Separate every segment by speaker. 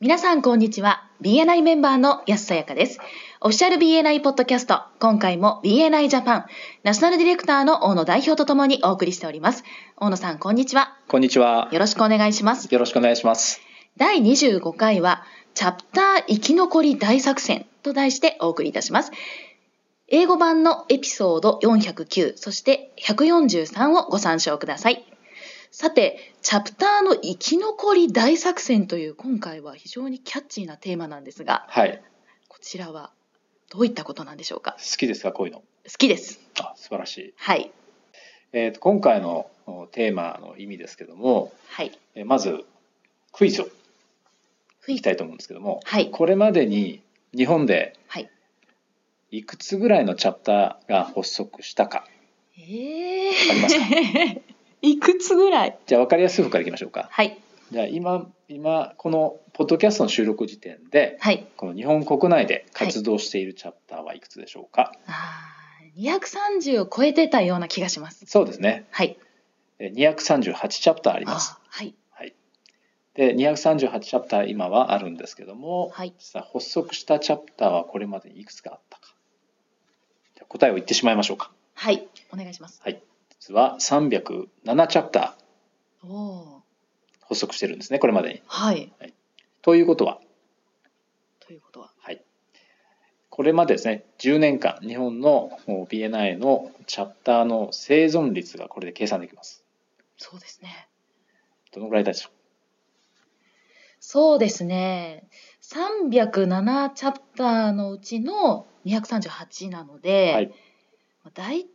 Speaker 1: 皆さんこんにちは BNI メンバーの安さやかですオフィシャル BNI ポッドキャスト今回も BNI ジャパンナショナルディレクターの大野代表とともにお送りしております大野さんこんにちは
Speaker 2: こんにちは。
Speaker 1: よろしくお願いします
Speaker 2: よろしくお願いします。
Speaker 1: 第25回はチャプター生き残り大作戦と題してお送りいたします英語版のエピソード409そして143をご参照くださいさてチャプターの生き残り大作戦という今回は非常にキャッチーなテーマなんですが
Speaker 2: はい。
Speaker 1: こちらはどういったことなんでしょうか
Speaker 2: 好きですか、こういうの。
Speaker 1: 好きです
Speaker 2: あ、素晴らしい。
Speaker 1: はい
Speaker 2: えっ、と、今回のおテーマの意味ですけども、
Speaker 1: はい
Speaker 2: えーまず、クイズを
Speaker 1: ク
Speaker 2: いきたいと思うんですけども、
Speaker 1: はい
Speaker 2: これまでに日本で
Speaker 1: はい
Speaker 2: いくつぐらいのチャプターが発足したか。
Speaker 1: え
Speaker 2: わかりま
Speaker 1: ー、 いくつぐらい
Speaker 2: じゃあ、わかりやすい方からいきましょうか。
Speaker 1: はい
Speaker 2: じゃあ、今、今、このポッドキャストの収録時点で、
Speaker 1: はい
Speaker 2: この日本国内で活動しているチャプターはいくつでしょうか。
Speaker 1: あー230を超えてたような気がします。
Speaker 2: そうですね。
Speaker 1: はい。
Speaker 2: えー238チャプターあります。
Speaker 1: あーはい。
Speaker 2: で238チャプター今はあるんですけども、
Speaker 1: はい
Speaker 2: 実は発足したチャプターはこれまでにいくつかあったかじゃあ答えを言ってしまいましょうか
Speaker 1: はい。お願いします。
Speaker 2: 実は307チャプター
Speaker 1: おお
Speaker 2: 発足してるんですねこれまでに
Speaker 1: ー。はい。
Speaker 2: ということは、
Speaker 1: ということは。
Speaker 2: はい、これまでですね10年間日本のお BNI のチャプターの生存率がこれで計算できます
Speaker 1: そうですね。
Speaker 2: どのぐらいだでしょう
Speaker 1: そうですね。307チャプターのうちの238なので、
Speaker 2: はい
Speaker 1: まあ大体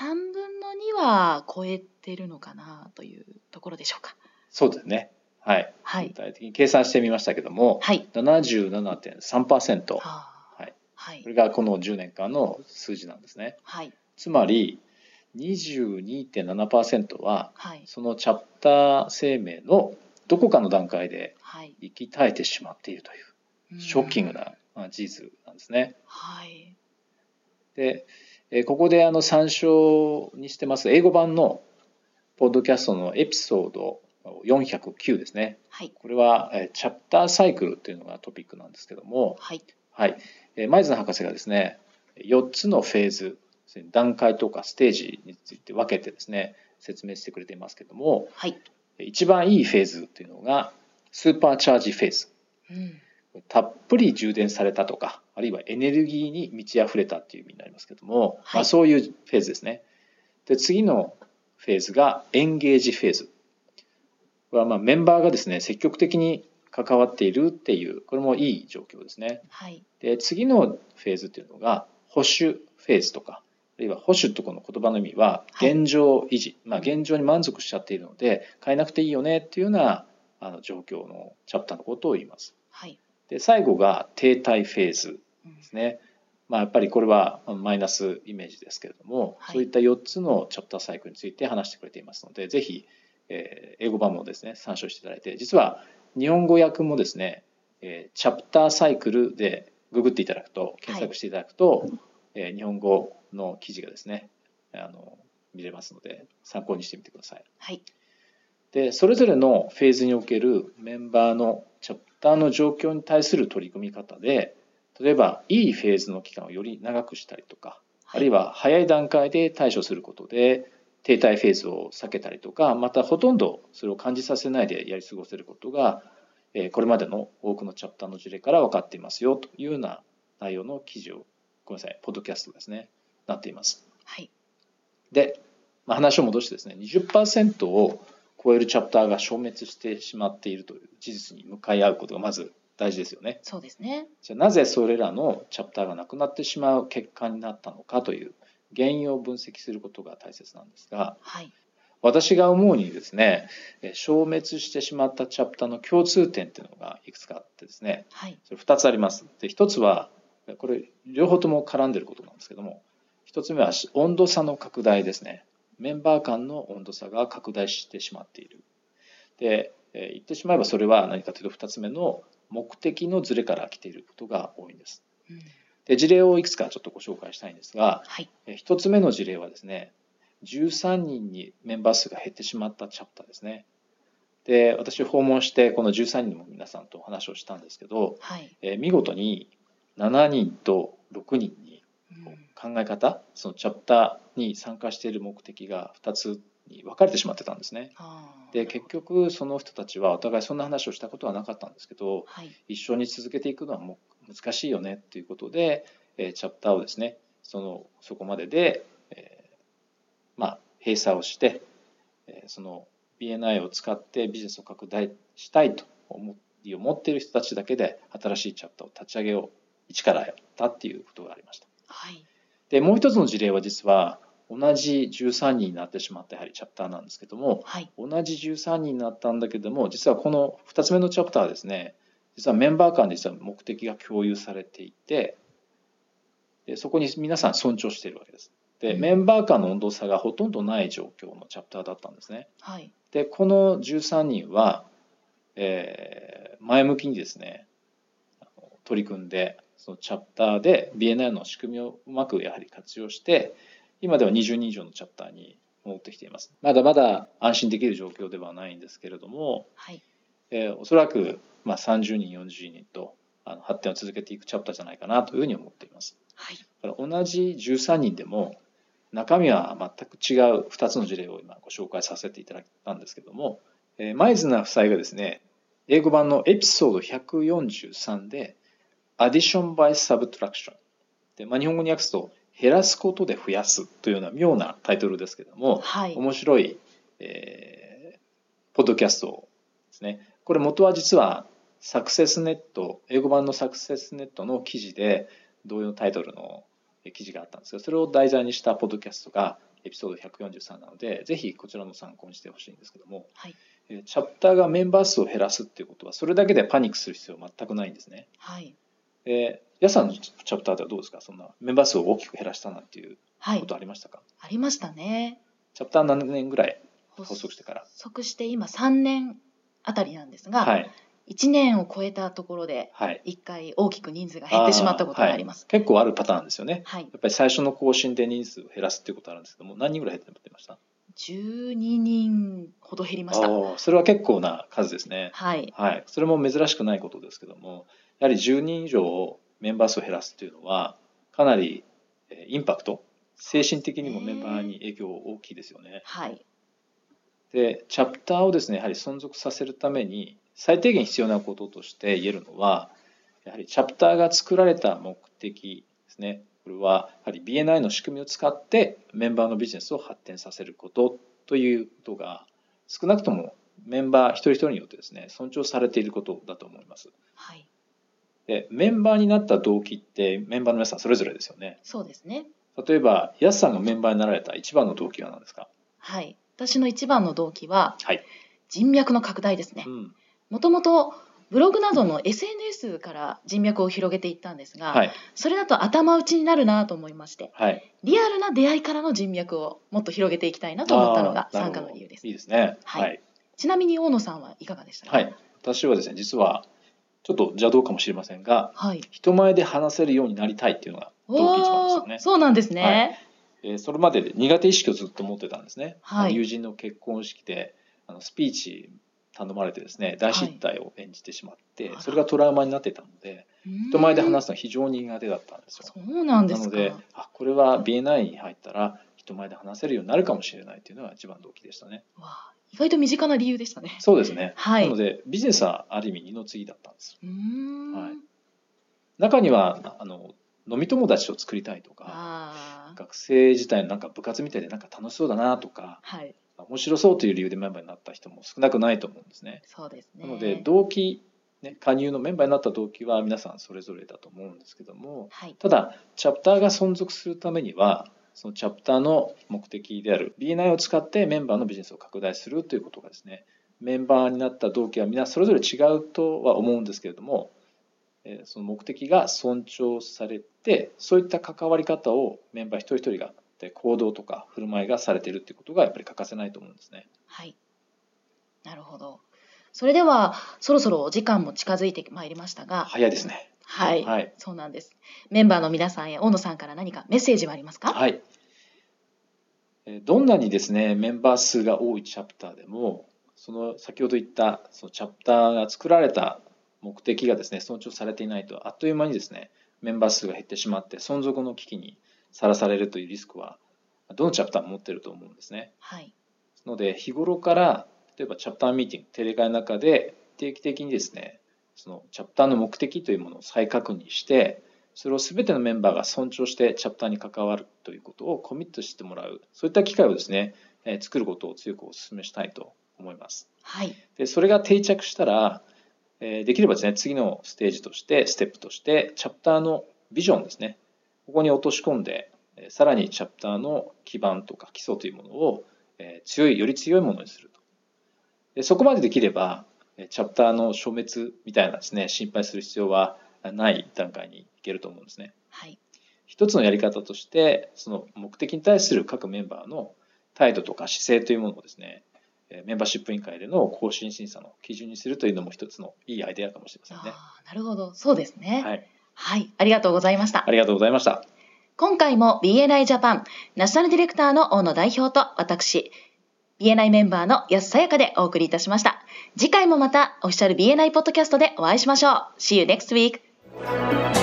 Speaker 1: 3分の2は超えてるのかなというところでしょうか。
Speaker 2: そうですねはい、
Speaker 1: はい
Speaker 2: 具。体的に計算してみましたけども
Speaker 1: はい。
Speaker 2: 77.3%
Speaker 1: あー
Speaker 2: はい
Speaker 1: はい
Speaker 2: こ。れがこの10年間の数字なんですね。
Speaker 1: はい。
Speaker 2: つまり22.7%は
Speaker 1: はい。
Speaker 2: そのチャプター声明のどこかの段階で
Speaker 1: はい。
Speaker 2: 生き絶えてしまっているという
Speaker 1: うん
Speaker 2: ショッキング。なまあ事実なんですね。
Speaker 1: はい。
Speaker 2: で、えーここであの参照にしてます英語版のポッドキャストのエピソード409ですね。
Speaker 1: はい。
Speaker 2: これはえーチャプターサイクルというのがトピックなんですけども、
Speaker 1: はい。
Speaker 2: はい、えー前津博士がですね4つのフェーズですね段階とかステージについて分けてですね説明してくれていますけども
Speaker 1: はい。
Speaker 2: 一番いいフェーズっていうのがスーパーチャージフェーズ
Speaker 1: うん。
Speaker 2: たっぷり充電されたとかあるいはエネルギーに満ち溢れたっていう意味になりますけども、
Speaker 1: はい
Speaker 2: まあ、そういうフェーズですねで次のフェーズがエンゲージフェーズこれはまあメンバーがですね積極的に関わっているっていうこれもいい状況ですね
Speaker 1: はい。
Speaker 2: で次のフェーズっていうのが保守フェーズとかあるいは保守とこの言葉の意味は
Speaker 1: はい
Speaker 2: 現状維持、まあ、現状に満足しちゃっているので変えなくていいよねっていうようなあの状況のチャプターのことを言います。
Speaker 1: はい。
Speaker 2: で最後が停滞フェーズ
Speaker 1: うん
Speaker 2: ですね。まあ、やっぱりこれはまあマイナスイメージですけれども、
Speaker 1: はい
Speaker 2: そういった4つのチャプターサイクルについて話してくれていますのでぜひ、えー英語版もですね参照していただいて実は日本語訳もですね、えーチャプターサイクルでググっていただくと検索していただくと、えー日本語の記事がですねあの見れますので参考にしてみてください。
Speaker 1: はい。
Speaker 2: でそれぞれのフェーズにおけるメンバーのチャプターの状況に対する取り組み方で例えばいいフェーズの期間をより長くしたりとかあるいは早い段階で対処することで停滞フェーズを避けたりとかまたほとんどそれを感じさせないでやり過ごせることがえーこれまでの多くのチャプターの事例から分かっていますよというような内容の記事をごめんなさいポッドキャストですねなっています。
Speaker 1: はい。
Speaker 2: で、まあ、話を戻してですね20%を超えるチャプターが消滅してしまっているという事実に向かい合うことがまず大事ですよね。
Speaker 1: そうですね。
Speaker 2: じゃあなぜそれらのチャプターがなくなってしまう結果になったのかという原因を分析することが大切なんですが
Speaker 1: はい。
Speaker 2: 私が思うにですねえー消滅してしまったチャプターの共通点っていうのがいくつかあってですね
Speaker 1: はい。
Speaker 2: それ2つあります。で1つはこれ両方とも絡んでることなんですけども1つ目はし温度差の拡大ですねメンバー間の温度差が拡大してしまっているでえー言ってしまえばそれは何かというと2つ目の目的のズレから来ていることが多いんです
Speaker 1: うん
Speaker 2: で事例をいくつかちょっとご紹介したいんですが
Speaker 1: はい。
Speaker 2: 1つ目の事例はですね13人にメンバー数が減ってしまったチャプターですねで私訪問してこの13人の皆さんとお話をしたんですけど、
Speaker 1: はい。
Speaker 2: えー見事に7人と6人に
Speaker 1: うん
Speaker 2: 考え方そのチャプターに参加している目的が2つに分かれてしまってたんですね。
Speaker 1: あー
Speaker 2: で結局その人たちはお互いそんな話をしたことはなかったんですけど
Speaker 1: はい。
Speaker 2: 一緒に続けていくのはもう難しいよねっていうことで、えーチャプターをですねそのそこまでで、えーまあ、閉鎖をして、えーその BNI を使ってビジネスを拡大したいと思いを持っている人たちだけで新しいチャプターを立ち上げを一からやったっていうことがありました。
Speaker 1: はい。
Speaker 2: でもう一つの事例は実は同じ13人になってしまったやはりチャプターなんですけども、
Speaker 1: はい。
Speaker 2: 同じ13人になったんだけども実はこの2つ目のチャプターはですね実はメンバー間で実は目的が共有されていてでそこに皆さん尊重しているわけです。で
Speaker 1: うん
Speaker 2: メンバー間の温度差がほとんどない状況のチャプターだったんですね。
Speaker 1: はい。
Speaker 2: でこの13人は、えー前向きにですねあの取り組んでそのチャプターで BNI の仕組みをうまくやはり活用して今では20人以上のチャプターに戻ってきていますまだまだ安心できる状況ではないんですけれども、
Speaker 1: はい。
Speaker 2: えーおそらく、まあ、30人40人とあの発展を続けていくチャプターじゃないかなというふうに思っています
Speaker 1: はい。
Speaker 2: だから同じ13人でも中身は全く違う2つの事例を今ご紹介させていただいたんですけども、えー、前綱夫妻がですね英語版のエピソード143で「Addition by Subtraction」で、まあ、日本語に訳すと「減らすことで増やす」というような妙なタイトルですけども
Speaker 1: はい。
Speaker 2: 面白い、えーポッドキャストですねこれ元は実はサクセスネット英語版のサクセスネットの記事で同様のタイトルの記事があったんですけどそれを題材にしたポッドキャストがエピソード143なのでぜひこちらも参考にしてほしいんですけども、
Speaker 1: はい
Speaker 2: えーチャプターがメンバー数を減らすっていうことはそれだけでパニックする必要は全くないんですね。
Speaker 1: はい。
Speaker 2: でヤさんのチャプターではどうですかそんなメンバー数を大きく減らしたなっていう
Speaker 1: は
Speaker 2: こ
Speaker 1: い。
Speaker 2: とありましたか、
Speaker 1: ありましたね。
Speaker 2: チャプター何年ぐらい
Speaker 1: 発
Speaker 2: 発足してから
Speaker 1: 足して今3年あたりなんですが、
Speaker 2: はい
Speaker 1: 1年を超えたところで
Speaker 2: はい、
Speaker 1: 1回大きく人数が減ってしまったことがあります。
Speaker 2: はい結構あるパターンですよね
Speaker 1: はい。
Speaker 2: やっぱり最初の更新で人数を減らすっていうことあるんですけども何人ぐらい減ってました
Speaker 1: 12人ほど減りました。
Speaker 2: ああそれは結構な数ですね
Speaker 1: はい。
Speaker 2: はいそれも珍しくないことですけどもやはり10人以上メンバー数を減らすっていうのはかなりえーインパクト精神的にもメンバーに影響大きいですよね
Speaker 1: はい。
Speaker 2: でチャプターをですねやはり存続させるために最低限必要なこととして言えるのはやはりチャプターが作られた目的ですねこれはやはり BNI の仕組みを使ってメンバーのビジネスを発展させることということが少なくともメンバー一人一人によってですね尊重されていることだと思います
Speaker 1: はい。
Speaker 2: でメンバーになった動機ってメンバーの皆さんそれぞれですよね
Speaker 1: そうですね。
Speaker 2: 例えばヤスさんがメンバーになられた一番の動機は何ですか
Speaker 1: はい。私の一番の動機は、
Speaker 2: はい
Speaker 1: 人脈の拡大ですね
Speaker 2: う。ん
Speaker 1: もともとブログなどの SNS から人脈を広げていったんですが、
Speaker 2: はい
Speaker 1: それだと頭打ちになるなと思いまして、
Speaker 2: はい
Speaker 1: リアルな出会いからの人脈をもっと広げていきたいなと思ったのが
Speaker 2: あーな
Speaker 1: 参
Speaker 2: るほ
Speaker 1: 加
Speaker 2: ど
Speaker 1: の理由です
Speaker 2: い。いですね。
Speaker 1: はい
Speaker 2: はい。
Speaker 1: ちなみに大野さんはいかがでしたか。
Speaker 2: はい。私はですね、実はちょっと邪道かもしれませんが、
Speaker 1: はい。
Speaker 2: 人前で話せるようになりたいっていうのが動機一番で
Speaker 1: お
Speaker 2: すよ
Speaker 1: お、
Speaker 2: ね。
Speaker 1: そうなんですね。
Speaker 2: えーそれまでで苦手意識をずっと持ってたんですね。
Speaker 1: はい
Speaker 2: あの友人の結婚式であのスピーチ頼まれてですね、大失態を演じてしまって、
Speaker 1: あら
Speaker 2: それがトラウマになっていたので、
Speaker 1: うん
Speaker 2: 人前で話すのは非常に苦手だったんですよ。
Speaker 1: そうなんで
Speaker 2: な
Speaker 1: す
Speaker 2: の
Speaker 1: か。
Speaker 2: で、あこれは BNI に入ったら人前で話せるようになるかもしれないっていうのが一番動機でしたね。
Speaker 1: わあ意外と身近な理由でしたね。
Speaker 2: そうですね。
Speaker 1: はい。
Speaker 2: なの
Speaker 1: う
Speaker 2: でビジネスはある意味二の次だったんです
Speaker 1: ーん。
Speaker 2: はい中にはあの飲み友達を作りたいとか
Speaker 1: ああ。
Speaker 2: 学生自体のなんか部活みたいでなんか楽しそうだなとか
Speaker 1: はい。
Speaker 2: 面白そうという理由でメンバーになった人も少なくないと思うんですね。
Speaker 1: そうですね。
Speaker 2: なので動機、ね、加入のメンバーになった動機は皆さんそれぞれだと思うんですけども
Speaker 1: はい。
Speaker 2: ただチャプターが存続するためにはそのチャプターの目的である BNI を使ってメンバーのビジネスを拡大するということがですねメンバーになった動機は皆それぞれ違うとは思うんですけれどもえーその目的が尊重されてそういった関わり方をメンバー一人一人がで行動とか振る舞いがされているということがやっぱり欠かせないと思うんですね。
Speaker 1: はい。なるほど。それではそろそろお時間も近づいてまいりましたが、
Speaker 2: 早いですね。
Speaker 1: はい、
Speaker 2: はい
Speaker 1: そうなんです。メンバーの皆さんへ大野さんから何かメッセージはありますか。
Speaker 2: はい。えーどんなにですねメンバー数が多いチャプターでもその先ほど言ったそのチャプターが作られた目的がですね尊重されていないとあっという間にですねメンバー数が減ってしまって存続の危機にさらされるというリスクはどのチャプターも持ってると思うんですね。
Speaker 1: はい。
Speaker 2: ですので日頃から例えばチャプターミーティング定例会の中で定期的にですねそのチャプターの目的というものを再確認してそれを全てのメンバーが尊重してチャプターに関わるということをコミットしてもらうそういった機会をですね、えー作ることを強くお勧めしたいと思います。
Speaker 1: はい。
Speaker 2: でそれが定着したら、えーできればですね次のステージとしてステップとしてチャプターのビジョンですねここに落とし込んでえーさらにチャプターの基盤とか基礎というものを、えー強いより強いものにするとでそこまでできればえーチャプターの消滅みたいなですね心配する必要はない段階にいけると思うんですね
Speaker 1: はい。
Speaker 2: 一つのやり方としてその目的に対する各メンバーの態度とか姿勢というものをですねえーメンバーシップ委員会での更新審査の基準にするというのも一つのいいアイデアかもしれませんね。
Speaker 1: ああ、なるほど。そうですね。
Speaker 2: はい、
Speaker 1: はい。ありがとうございました
Speaker 2: あ。りがとうございました。
Speaker 1: 今回も BNI ジャパンナショナルディレクターの大野代表と私 BNI メンバーの安さやかでお送りいたしました次回もまたオフィシャル BNI ポッドキャストでお会いしましょう See you next week!